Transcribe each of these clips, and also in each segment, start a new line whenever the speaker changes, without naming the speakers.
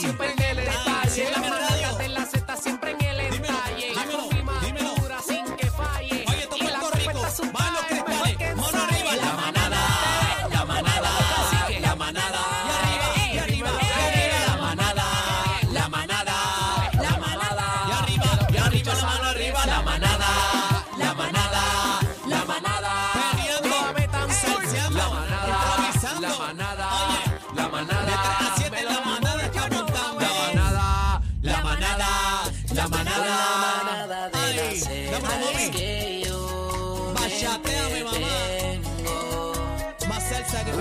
Siempre, siempre en el detalle, siempre en el detalle. La manada de la Z siempre en el detalle.
dímelo,
Con mi
dímelo.
madura sin que falle.
Oye, esto
Y
es
la
Puerto
copa
Rico.
está asustada,
Más los
es mejor
cristales.
que el
Mano
sol.
arriba. La manada, la manada.
Así que
La manada. Y arriba, y arriba, y arriba. La manada, la manada, la manada. Y arriba, y arriba, la mano arriba. La manada, la manada, la manada. Perreando, salseando, improvisando. Oye, de tres a siete, la manada está montada. La manada, la manada. Ay, dame una móvil. Bachateame, mamá. Más salsa que me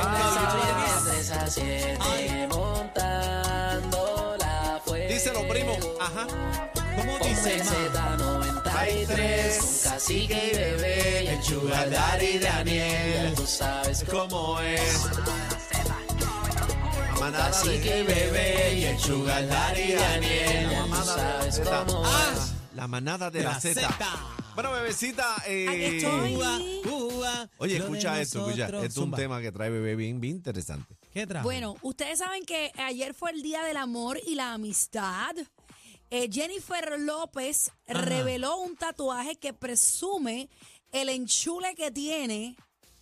Dice los primos, ajá. ¿Cómo dice ma? Hay tres,
Cacique y bebé,
el Sugar Daddy Daniel.
tú sabes
¿Cómo es? La manada
Cacique
de
y bebé,
y el Sugar Daddy Daniel. La manada de la
sabes
Z.
cómo
Ah, La manada de la Z. Bueno, bebecita, eh, Oye, escucha esto, escucha. Esto es un tema que trae bebé bien, bien interesante.
¿Qué trajo?
Bueno, ustedes saben que ayer fue el Día del Amor y la Amistad. Eh, Jennifer López reveló un tatuaje que presume el enchule que tiene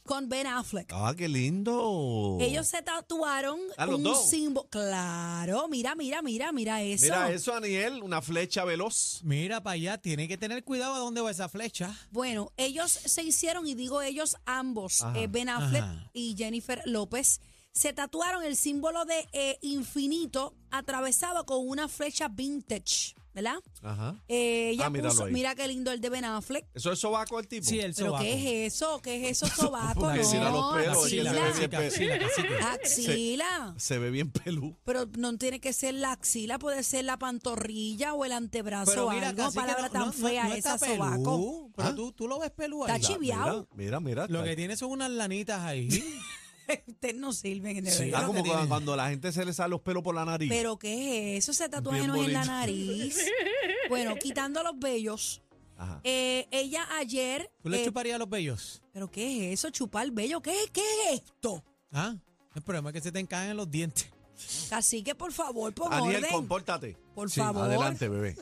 con Ben Affleck.
Ah, qué lindo.
Ellos se tatuaron
Ah, los
un
dos.
símbolo. Claro, mira, mira, mira, mira eso.
Mira eso, Aniel, una flecha veloz.
Mira para allá, tiene que tener cuidado a dónde va esa flecha.
Bueno, ellos se hicieron, y digo ellos ambos,
Ajá.
eh, Ben Affleck
Ajá.
y Jennifer López, se tatuaron el símbolo de eh, infinito atravesado con una flecha vintage, ¿verdad?
Ajá.
Eh, ella
Ah, míralo
puso,
ahí.
mira qué lindo el de Ben Affleck.
¿Eso es sobaco al tipo?
Sí, el
¿Pero
sobaco.
qué es eso? ¿Qué es eso, sobaco?
Porque si no, los
no,
pelos, es
axila,
que se ve
axila.
bien
cacique, axila, cacique.
Axila.
Se ve bien pelú.
Pero no tiene que ser la axila, puede ser la pantorrilla o el antebrazo
Pero
o
mira,
algo.
cacique,
Palabra
no-
tan
no-
fea
no está
esa, sobaco.
pelú,
¿Ah?
Pero tú, tú lo ves pelú ahí.
Está chivo. Chiviao.
Mira, mira. mira
Lo que
está-
tiene son unas lanitas ahí.
Eh, Ustedes no sirven, de
Sí.
verdad.
Ah,
lo
como
que
cuando,
tiene.
cuando la gente se le sale los pelos por la nariz.
¿Pero qué es eso? Ese tatuaje
Bien
no es en la
bonito.
nariz. Bueno, quitando los vellos.
Ajá.
eh, ella ayer...
¿Tú le
eh,
chuparías los vellos?
¿Pero qué es eso? ¿Chupar vello? ¿Qué, qué es esto?
¿Ah? El problema es que se te encajan los dientes.
Así que, por favor, pon
Aniel,
orden.
compórtate.
Por
Sí,
favor.
Adelante, bebé.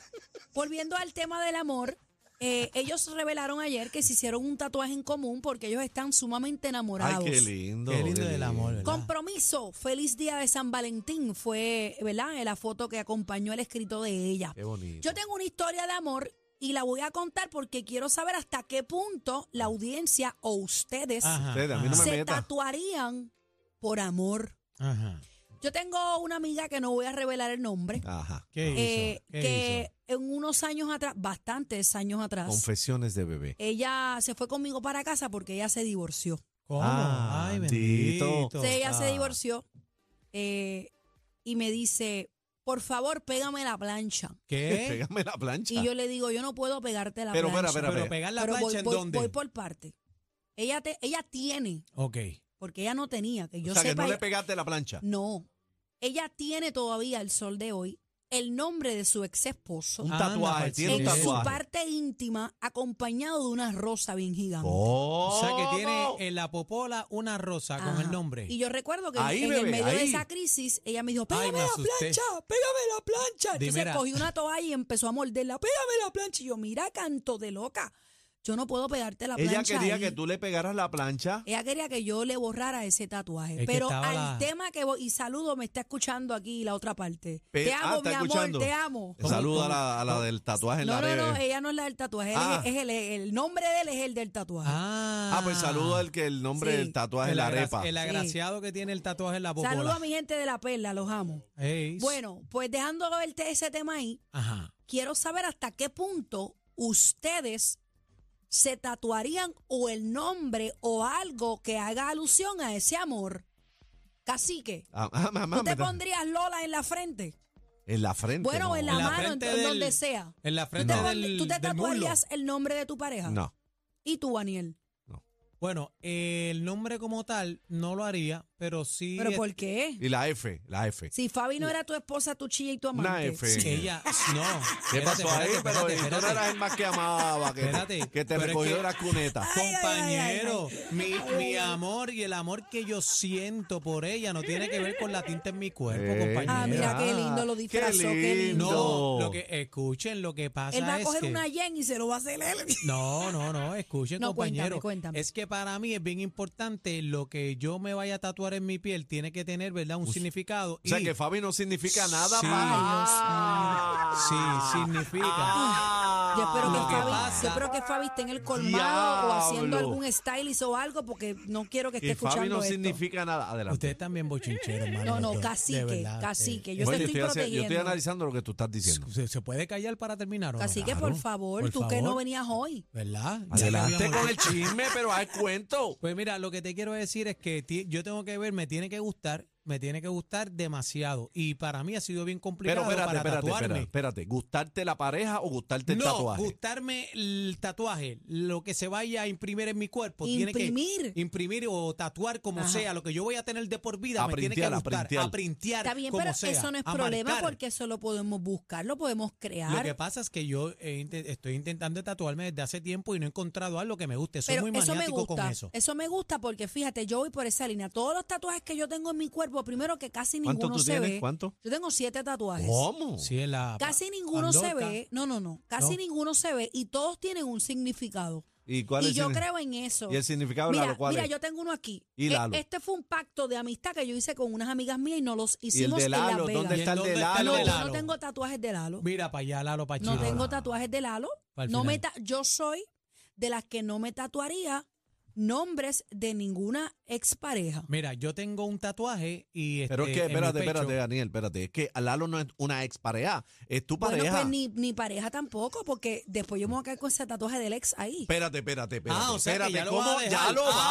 Volviendo al tema del amor, eh, ellos revelaron ayer que se hicieron un tatuaje en común porque ellos están sumamente
Ay,
enamorados.
qué lindo.
Qué lindo del amor, ¿verdad?
Compromiso, feliz día de San Valentín fue, ¿verdad? La foto que acompañó el escrito de ella.
Qué bonito.
Yo tengo una historia de amor y la voy a contar porque quiero saber hasta qué punto la audiencia o ustedes
Ajá,
Ustedes, a mí no
ajá,
me-
se
meta.
tatuarían por amor.
Ajá.
Yo tengo una amiga que no voy a revelar el nombre,
Ajá.
¿Qué hizo?
eh,
¿Qué
que en unos años atrás, bastantes años atrás,
Confesiones de bebé.
ella se fue conmigo para casa porque ella se divorció.
hizo? ¿Cómo?
Ah,
Ay,
bendito.
bendito.
Entonces ella se
Ah.
divorció eh, y me dice, por favor, pégame la plancha.
¿Qué?
Pégame la plancha.
¿Eh? Y yo le digo, yo no puedo pegarte la
Pero, espera,
plancha.
espera,
Pero pegar la
Pero
plancha
voy,
en
voy-
dónde?
voy por parte. Ella, te, ella tiene,
Ok.
porque ella no tenía, que yo
o sea, que
sepa,
no le
ella-
pegaste la plancha.
no. ella tiene todavía el sol de hoy el nombre de su ex esposo
Un
Ah,
tatuaje,
no,
tiene un
en su
tatuaje.
parte íntima acompañado de una rosa bien gigante.
Oh.
O sea, que tiene en la popola una rosa con
Ajá.
el nombre.
Y yo recuerdo que en-
Ahí,
en
bebé,
el medio de
ahí.
esa crisis, ella me dijo, pégame
Ay, me
la
asusté.
plancha, pégame la plancha.
Di,
Entonces
mira.
cogí una toalla y empezó a morderla, pégame la plancha. Y yo, mira, canto de loca, yo no puedo pegarte
eh,
la
Ella
plancha.
quería
ahí". Eh,
que tú le pegaras la plancha.
Ella quería que yo le borrara ese tatuaje.
Es que
pero
estaba
al
la-
tema que voy, y saludo, me está escuchando aquí la otra parte.
Pe-
te
ah,
amo,
está
mi amor,
escuchando.
te amo.
Saluda a la, a la del tatuaje en la
No, no, no, eh,
neve.
ella no es la del tatuaje, él
Ah.
es, es el, el nombre de él es el del tatuaje.
Ah,
Ah, pues saludo al que el nombre
Sí.
del tatuaje en la
agra-
arepa.
El agraciado que tiene el tatuaje en la
pues,
popola.
saludo a mi gente de la perla, los amo.
Ey,
Bueno, pues dejando verte ese tema ahí,
Ajá.
quiero saber hasta qué punto ustedes se tatuarían o el nombre o algo que haga alusión a ese amor. Cacique,
Ah, ah, mamá,
¿tú te
me da-
pondrías Lola en la frente?
En la frente.
Bueno,
no.
en la,
En la
mano, en,
frente
en
del-
donde sea.
En la
¿Tú
frente
te,
No.
pon-
del,
tú te
del muslo.
tatuarías el nombre de tu pareja?
No.
¿Y tú, Daniel?
Bueno, eh, el nombre como tal no lo haría, pero sí
¿Pero
es-
por qué?
Y la F, la F.
Si Fabi no era tu esposa, tu chilla y tu amante.
Una F.
Sí, ella no.
¿Qué
espérate,
pasó ahí?
espérate,
Pero
espérate,
tú no
espérate.
eras el más que amaba, que,
Espérate,
que te
pero es
recogió
que- Ah,
de las cunetas.
Compañero, mi, mi amor y el amor que yo siento por ella no tiene que ver con la tinta en mi cuerpo,
Eh,
compañero.
Ah, mira qué lindo lo
qué
disfrazó, qué lindo.
No, lo que escuchen, lo que pasa
Él va a
es
coger
que
una yen y se lo va a hacer él.
No, no, no, escuchen,
No, cuéntame,
compañero.
cuéntame.
Es que para mí es bien importante lo que yo me vaya a tatuar en mi piel tiene que tener, ¿verdad? Un significado.
O sea
y-
que Fabi no significa nada
Sí.
más.
Sí, significa.
Yo espero, que
Lo que
Fabi,
pasa-
yo espero que Fabi esté en el colmado o haciendo
Diablo.
algún stylist o algo porque no quiero que esté
Que Fabi
escuchando
no
esto.
significa nada. Adelante.
Ustedes también bochincheros, hermano.
No, no,
los dos, de
cacique,
verdad,
cacique,
eh,
yo
eh,
te
Oye, estoy,
estoy
haciendo- yo estoy
protegiendo.
analizando lo que tú estás diciendo.
¿se, se puede callar para terminar o no?
Así que,
Claro,
por favor, tú que no
favor.
venías hoy.
¿Verdad? Ya
Adelante
habíamos
con el
dicho.
chisme, pero haz el cuento.
Pues mira, lo que te quiero decir es que ti- yo tengo que ver, me tiene que gustar, me tiene que gustar demasiado. Y para mí ha sido bien
Pero
complicado
espérate,
para
espérate,
tatuarme.
espérate, espérate. ¿Gustarte la pareja o gustarte el
no,
tatuaje?
gustarme el tatuaje, lo que se vaya a imprimir en mi cuerpo, tiene
Imprimir.
que imprimir o tatuar como
Ajá.
sea, lo que yo voy a tener de por vida
A
me tiene que
printear, a
gustar,
printear.
a printear
Está bien,
como
pero
sea,
eso no es
a
problema
marcar.
porque eso lo podemos buscar, lo podemos
lo que
crear.
pasa es que yo he inte- estoy intentando tatuarme desde hace tiempo y no he encontrado algo que me guste. Soy
Pero
muy
eso me
maniático
gusta.
con eso.
me gusta porque fíjate, yo voy por esa línea. Todos los tatuajes que yo tengo en mi cuerpo, primero que casi
¿Cuánto
ninguno
tú
se
tienes?
ve. Pues,
¿Cuánto?
Yo tengo siete tatuajes.
¿Cómo?
Sí, en la
Casi ninguno se
Pandorca.
ve. No, no, no. Casi
No.
ninguno se ve y todos tienen un significado.
¿Y cuál
y
es
yo
el-
creo en eso.
¿Y el significado
mira,
Lalo, cuál
mira,
es?
yo tengo uno aquí.
Y
E-
Lalo.
Este fue un pacto de amistad que yo hice con unas amigas mías y nos los
¿Y el
hicimos
de
en Las
Lalo?
Vegas.
¿Dónde está el
¿Dónde
de
está el
Lalo?
No,
de
yo no
Lalo?
tengo tatuajes de Lalo.
Mira para allá, Lalo Pachito.
No tengo tatuajes de Lalo.
Para el
No me
final.
ta- yo soy de las que no me tatuaría nombres de ninguna expareja.
Mira, yo tengo un tatuaje y este,
Pero es que,
en mi
espérate,
pecho-
espérate, Daniel, espérate. Es que Lalo no es una expareja, es tu
Bueno,
pareja.
pues ni, ni pareja tampoco, porque después yo me voy a caer con ese tatuaje del ex ahí.
Espérate, espérate, espérate.
Ah, o sea que
espérate,
ya lo
¿cómo?
va a dejar.
ya lo va a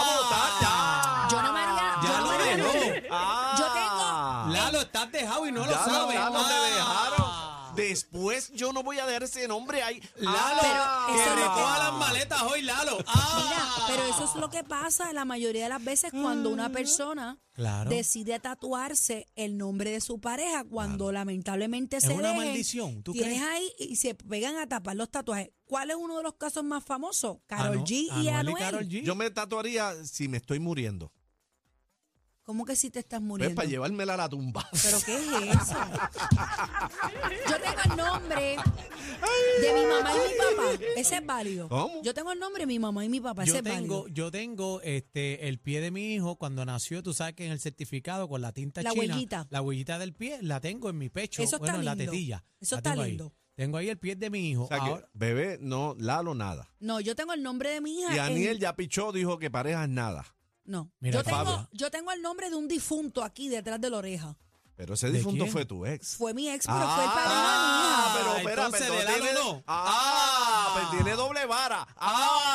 Ah. Yo no me haría- yo no me
votar.
haría-
Ah.
Lalo, estás dejado y no lo
Ya lo-
sabes.
Lalo, me
Ah.
dejaron. Después yo no voy a dejar ese nombre ahí.
Lalo,
Ah, pero
que
eso no te-
recoja las maletas hoy, Lalo. Ah.
Mira, pero eso es lo que pasa la mayoría de las veces cuando una persona
Claro.
decide tatuarse el nombre de su pareja cuando lamentablemente
Es
se
una
dejen,
maldición, ¿tú
tienes
crees?
ahí y se pegan a tapar los tatuajes. ¿Cuál es uno de los casos más famosos?
Ah,
Carol
Ano-
G y
Anuel
Ah, Anuel.
Karol G.
Yo me tatuaría si me estoy muriendo.
¿Cómo que si te estás
Pues
muriendo?
para llevármela a la tumba.
¿Pero qué es eso? Yo tengo el nombre de mi mamá y mi papá. Ese es válido.
¿Cómo?
Yo tengo el nombre de mi mamá y mi papá. Ese
yo
es válido.
tengo, yo tengo este el pie de mi hijo cuando nació, tú sabes que en el certificado con la tinta
La
china,
huellita.
la huellita del pie, la tengo en mi pecho,
Eso está
bueno, en la
lindo.
tetilla.
Eso
la
está
tengo ahí.
lindo.
Tengo ahí el pie de mi hijo.
O sea que,
Ahora-
bebé, no, Lalo, nada.
No, yo tengo el nombre de mi hija.
Y
en-
Daniel ya pichó, dijo que pareja es nada.
No.
Mira,
yo, tengo,
Fabio.
yo tengo el nombre de un difunto aquí detrás de la oreja.
Pero ese
¿De
difunto
quién?
fue tu ex. Ah,
Fue mi ex, pero fue el padrino de mi hija.
pero
Ah,
espera,
entonces,
pero
¿de Lalo
tiene-
no?
Ah, pues tiene doble vara.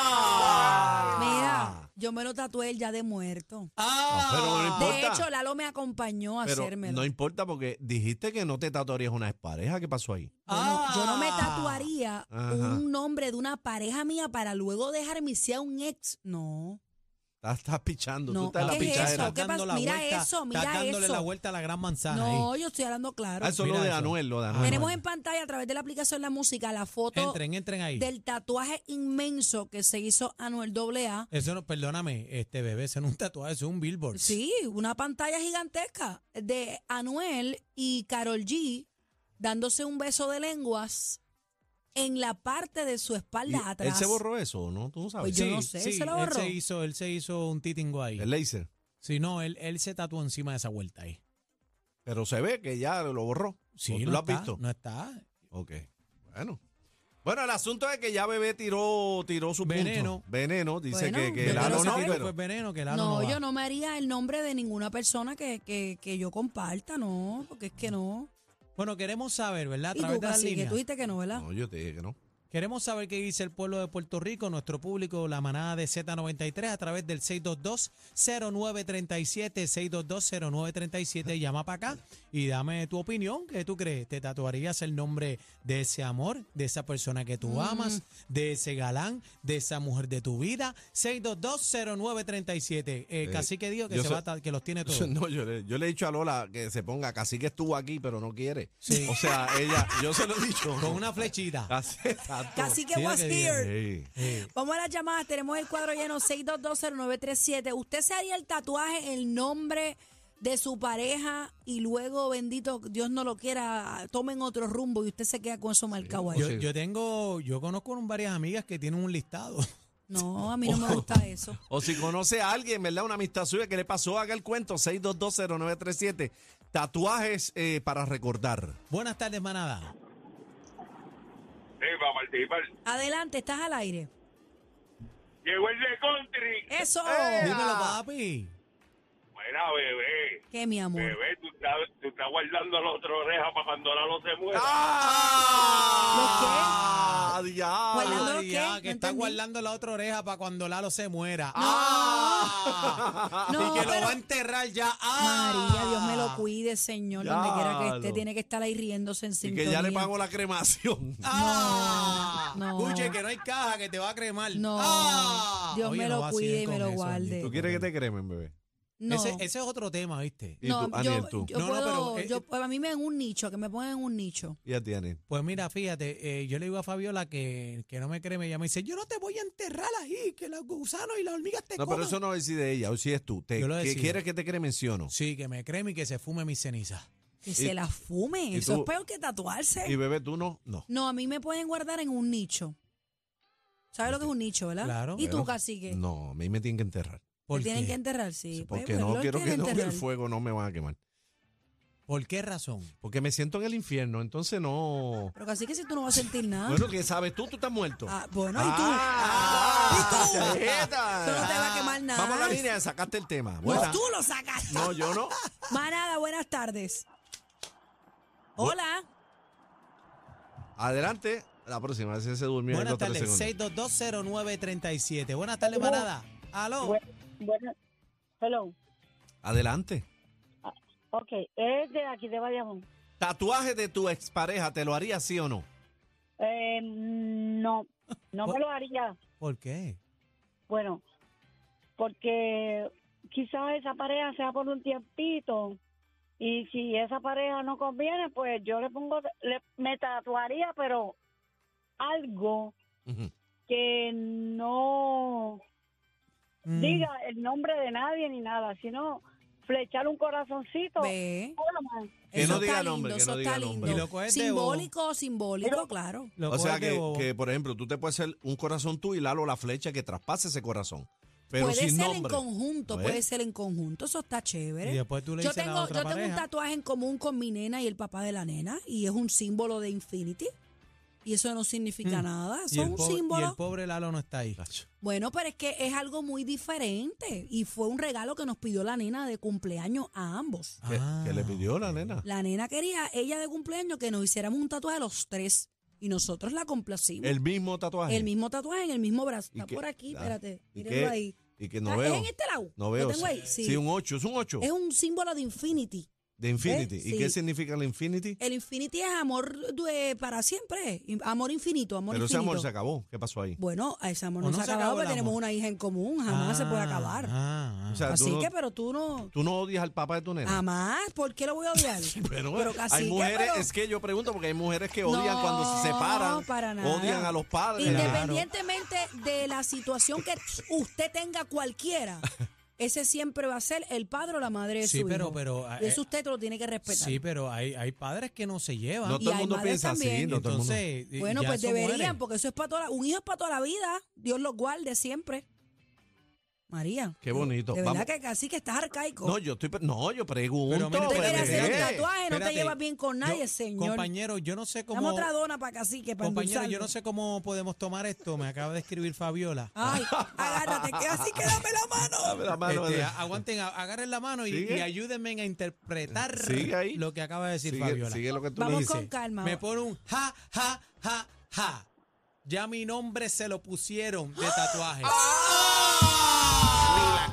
Ah.
Mira, yo me lo tatué él ya de muerto.
Ah.
No, pero no
De
importa.
hecho, Lalo me acompañó a
Pero
hacérmelo.
no importa porque dijiste que no te tatuarías una pareja. ¿Qué pasó ahí?
Yo no- yo no me
Ah.
tatuaría
Ajá.
un nombre de una pareja mía para luego dejarme si a un ex. No.
Estás, estás pichando,
No,
tú estás en la
¿qué es eso?
pichadera.
¿Qué
dando
pasa?
la
Mira
vuelta,
eso,
estás
mira
dándole
eso.
la vuelta a la gran manzana ahí.
No, yo estoy hablando claro.
Ah, eso es lo
Mira
de
eso.
Anuel, lo de Anuel.
Tenemos en pantalla a través de la aplicación La Música la foto
Entren, entren ahí.
del tatuaje inmenso que se hizo Anuel AA.
Eso no, perdóname, este bebé, eso no es un tatuaje, eso es un billboard.
Sí, una pantalla gigantesca de Anuel y Carol G dándose un beso de lenguas en la parte de su
Y
espalda atrás.
Él se borró eso, ¿o ¿no? Tú no sabes.
Pues yo no sé,
sí,
¿se lo
él
borró?
se hizo, él se hizo un titingo ahí.
El laser.
Si no, él, él se tatuó encima de esa vuelta ahí.
Pero se ve que ya lo borró. ¿O ¿Tú
no
lo has
está,
visto?
No está.
Ok. Bueno. Bueno, el asunto es que ya bebé tiró, tiró su punto.
Veneno.
Veneno. Dice
Bueno,
que, que
veneno
Lalo
se
no,
tiró,
pero-
pues, veneno, que Lalo
No,
va.
yo no me haría el nombre de ninguna persona que, que, que yo comparta, no, porque es que no.
Bueno, queremos saber, ¿verdad? A
Y
través
tú,
de las
casi que
líneas.
tú dijiste que no, ¿verdad?
No, yo te dije que no.
Queremos saber qué dice el pueblo de Puerto Rico, nuestro público, la manada de Z93 a través del 622-0937, 622-0937. Llama para acá y dame tu opinión. ¿Qué tú crees? ¿Te tatuarías el nombre de ese amor, de esa persona que
Mm.
tú amas, de ese galán, de esa mujer de tu vida? 622-0937. Eh, Casi que digo que,
yo
se
sé-
va a ta- que los tiene
Yo-
todos.
No, yo le, yo le he dicho a Lola que se ponga, casi que estuvo aquí, pero no quiere. O sea, ella, yo se lo he dicho.
Con una flechita.
Así, exacto.
Casi que
Mira
was
qué bien.
here.
Sí.
Vamos a las llamadas, tenemos el cuadro lleno 6220937. ¿Usted se haría el tatuaje, el nombre de su pareja y luego, bendito Dios no lo quiera, tomen otro rumbo y usted se queda con eso marcado ahí?
Yo, yo tengo, yo conozco varias amigas que tienen un listado.
No, a mí no
Oh.
me gusta eso.
O si conoce a alguien, ¿verdad? Una amistad suya que le pasó, haga el cuento 6220937. Tatuajes eh, para recordar.
Buenas tardes, manada.
Sí, va a participar.
Adelante, estás al aire.
Llegó el de country.
Eso.
Eh.
Dímelo, papi.
Mira, bebé.
¿Qué, mi amor?
Bebé, tú estás, tú estás guardando la otra oreja para cuando Lalo se muera.
¡Ah! ¿Los qué?
¿Cuál-
¡Ya!
¿Guardando
Ay,
qué?
ya,
No
que está
entendí.
guardando la otra oreja para cuando Lalo se muera.
¡Ah!
No,
y que lo
pero-
va a enterrar ya. ¡Ah!
María, Dios me lo cuide, Señor, donde
Ya
quiera que esté,
lo-
tiene que estar ahí riéndose en
Y
sintonía.
que ya le pagó la cremación.
¡Ah!
No, no.
Escuche, que no hay caja que te va a cremar.
No,
¡Ah!
Dios me lo
vacilen
cuide y me
con
lo
eso,
guarde.
bendito.
¿Tú quieres que te cremen, bebé?
No.
Ese, ese es otro tema, ¿viste?
¿Y
no,
tú, Aniel,
yo,
tú?
yo
No, no,
puedo,
pero, eh,
yo puedo- a mí me en un nicho, que me pongan en un nicho.
Y a ti, Aniel.
Pues mira, fíjate, eh, yo le digo a Fabiola que, que no me cree, me llama y dice, yo no te voy a enterrar ahí, que los gusanos y las hormigas te
No,
coman.
pero eso no es decir de ella, hoy sí es tú. Te,
Yo lo
¿qué
decido.
¿Quieres que te cree menciono?
Sí, que me creme y que se fume mis cenizas.
Que se la fume.
y
Eso
tú-
es peor que tatuarse.
Y bebé, tú no, no.
No, a mí me pueden guardar en un nicho. ¿Sabes lo que es un nicho, verdad?
Claro.
Y tú,
Bueno,
cacique.
No, a mí me tienen que enterrar.
¿Por
Te tienen
qué?
que enterrar, sí. Pues,
Porque
pues,
no
los
quiero que
quieren
no, el
enterrar.
fuego no me van a quemar.
¿Por qué razón?
Porque me siento en el infierno, entonces no.
Pero cacique, si tú no vas a sentir nada.
Bueno, ¿qué sabes tú? Tú estás muerto.
Ah, bueno, ¿y tú?
Ah,
¿Y tú?
tarjeta.
Tú no te va a quemar nada.
Vamos a la línea, sacaste el tema.
No,
Buena.
Pues tú lo sacaste.
No, yo no.
Manada, buenas tardes. Hola.
Adelante. La próxima vez se durmió en
Buenas
los tres
tardes,
segundos.
6220937. Buenas tardes, manada. Aló.
Bueno, hello.
Adelante.
Ok, es de aquí de Bayamón.
Tatuaje de tu expareja, ¿te lo harías sí o no?
Eh, no, no me lo haría.
¿Por qué?
Bueno, porque quizás esa pareja sea por un tiempito. Y si esa pareja no conviene, pues yo le pongo, le- me tatuaría, pero algo
Ujú.
que no
Mm.
diga el nombre de nadie ni nada, sino flechar un corazoncito.
Ve.
nada más.
Que
eso
no diga
está
nombre,
lindo,
que
eso
no
está
diga nombre.
lindo.
Y lo coges de
Simbólico, simbólico, claro.
Mm. Lo
O sea
coges de
que,
bobo.
que, por ejemplo, tú te puedes hacer un corazón tú y Lalo la flecha que traspase ese corazón. Pero
puede
sin
ser
nombre.
en conjunto,
¿No
puede
es?
ser en conjunto, eso está chévere.
Y después tú le
yo
dices a la
tengo,
otra
yo tengo un
pareja.
tatuaje en común con mi nena y el papá de la nena, y es un símbolo de Infinity. Y eso no significa
Mm.
nada,
Y
eso
el
es un
pobre- Y el
símbolo.
pobre Lalo no está ahí.
Bueno, pero es que es algo muy diferente. Y fue un regalo que nos pidió la nena de cumpleaños a ambos.
¿Qué,
Ah.
qué le pidió la nena?
La nena quería, ella de cumpleaños, que nos hiciéramos un tatuaje los tres. Y nosotros la complacimos.
El mismo tatuaje.
El mismo tatuaje en el mismo brazo.
¿Y
Está
qué?
por aquí,
Ah,
espérate.
¿y
Mírenlo
qué?
ahí.
Y que no
Ah,
veo.
¿Es en este lado?
No
Lo
veo.
tengo ahí,
Sí,
Sí.
sí, un 8, es un 8.
Es un símbolo de Infinity.
De Infinity.
¿Eh?
¿Y qué
Sí.
significa el Infinity?
El Infinity es amor de- para siempre. in- Amor infinito, amor
Pero ese
infinito.
amor se acabó. ¿Qué pasó ahí?
Bueno, a ese amor
¿O
no,
no
se ha
se
acabado
acabó el
porque tenemos
amor?
una hija en común. Jamás se puede
Ah,
acabar.
ah, ah.
O sea,
Así
tú, no,
que, pero tú no.
tú no odias al papá de tu nena.
Jamás, ¿por qué lo voy a odiar?
Pero,
casi
hay
que,
mujeres,
pero-
es que yo pregunto porque hay mujeres que odian
No,
cuando se separan,
para nada.
odian a los padres.
Independientemente de la situación que usted tenga cualquiera, ese siempre va a ser el padre o la madre de
Sí,
su
pero-
hijo.
pero,
Y eso
eh,
usted lo tiene que respetar.
Sí, pero hay, hay padres que no se llevan.
No
Y
todo el
hay
mundo
madres
piensa así,
también.
no todo el mundo.
Entonces, y-
bueno,
ya
pues
eso muere.
deberían, porque eso es para toda la- un hijo es para toda la vida. Dios los guarde siempre. María.
Qué bonito.
De verdad
Vamos.
que casi que estás arcaico.
No, yo estoy, pre- no, yo pregunto.
Pero mira,
te quieres
bebé.
hacer un
espérate,
tatuaje, no te
espérate.
llevas bien con nadie,
Yo-
señor.
Compañero, yo no sé
Dame
cómo.
otra dona para cacique, para
Compañero, yo
endulzarlo. Ah,
no sé cómo podemos tomar esto. Me acaba de escribir Fabiola.
Ay, agárrate, que así que dame la mano.
Dame la mano,
Este,
bebé.
a- aguanten, a- agarren la mano y,
Sigue.
y ayúdenme a interpretar
Sigue ahí.
lo que acaba de decir
Sigue-
Fabiola.
sigue lo que tú
Vamos
le dices.
con calma.
Me pone un ja, ja, ja, ja. Ya mi nombre se lo pusieron de
¡Ah!
tatuaje.
Ni la